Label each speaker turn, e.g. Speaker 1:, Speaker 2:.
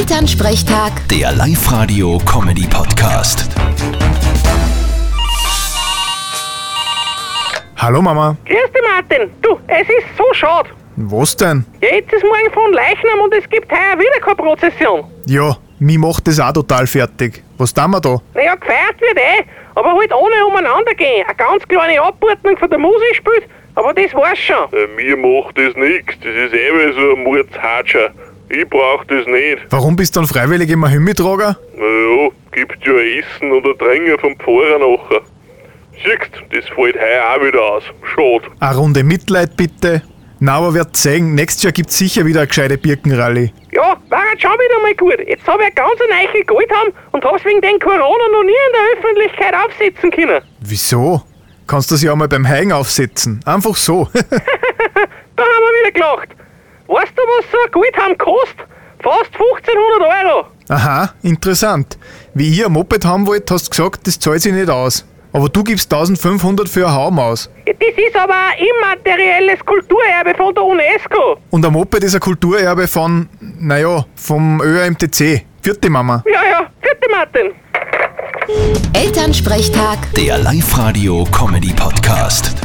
Speaker 1: Elternsprechtag,
Speaker 2: Der Live-Radio-Comedy-Podcast.
Speaker 3: Hallo Mama,
Speaker 4: Grüß dich, Martin. Du, es ist so schade.
Speaker 3: was denn?
Speaker 4: Jetzt ist morgen von Leichnam und es gibt heuer wieder keine Prozession.
Speaker 3: Ja, mich macht das auch total fertig. Was tun wir da?
Speaker 4: Naja, gefeiert wird eh, aber halt ohne umeinander gehen. Eine ganz kleine Abordnung von der Musik spielt, aber das war's schon.
Speaker 5: Äh, Mir macht das nix, das ist eben so ein Mordshatscher. Ich brauch das nicht.
Speaker 3: Warum bist du dann freiwillig immer Himmeltrager?
Speaker 5: Naja, gibt ja Essen oder Drängen vom Pfarrer nachher. Siehst, das fällt heuer auch wieder aus. Schade.
Speaker 3: Eine Runde Mitleid bitte? Na, aber wird sehen, nächstes Jahr gibt's sicher wieder eine gescheite Birkenrallye.
Speaker 4: Ja, war jetzt schon wieder mal gut. Jetzt hab ich eine ganz neue Gold haben und hab's wegen den Corona noch nie in der Öffentlichkeit aufsetzen können.
Speaker 3: Wieso? Kannst du sie auch mal beim Heigen aufsetzen? Einfach so.
Speaker 4: Da haben wir wieder gelacht. Weißt du, was so ein Goldham kostet? Fast 1500 Euro.
Speaker 3: Aha, interessant. Wie ihr ein Moped haben wollt, hast du gesagt, das zahlt sich nicht aus. Aber du gibst 1500 für ein Haum aus.
Speaker 4: Ja, Das ist aber ein immaterielles Kulturerbe von der UNESCO.
Speaker 3: Und ein Moped ist ein Kulturerbe von, naja, vom ÖAMTC. Vierte Mama.
Speaker 4: Ja, ja, vierte Martin.
Speaker 1: Elternsprechtag.
Speaker 2: Der Live-Radio-Comedy-Podcast.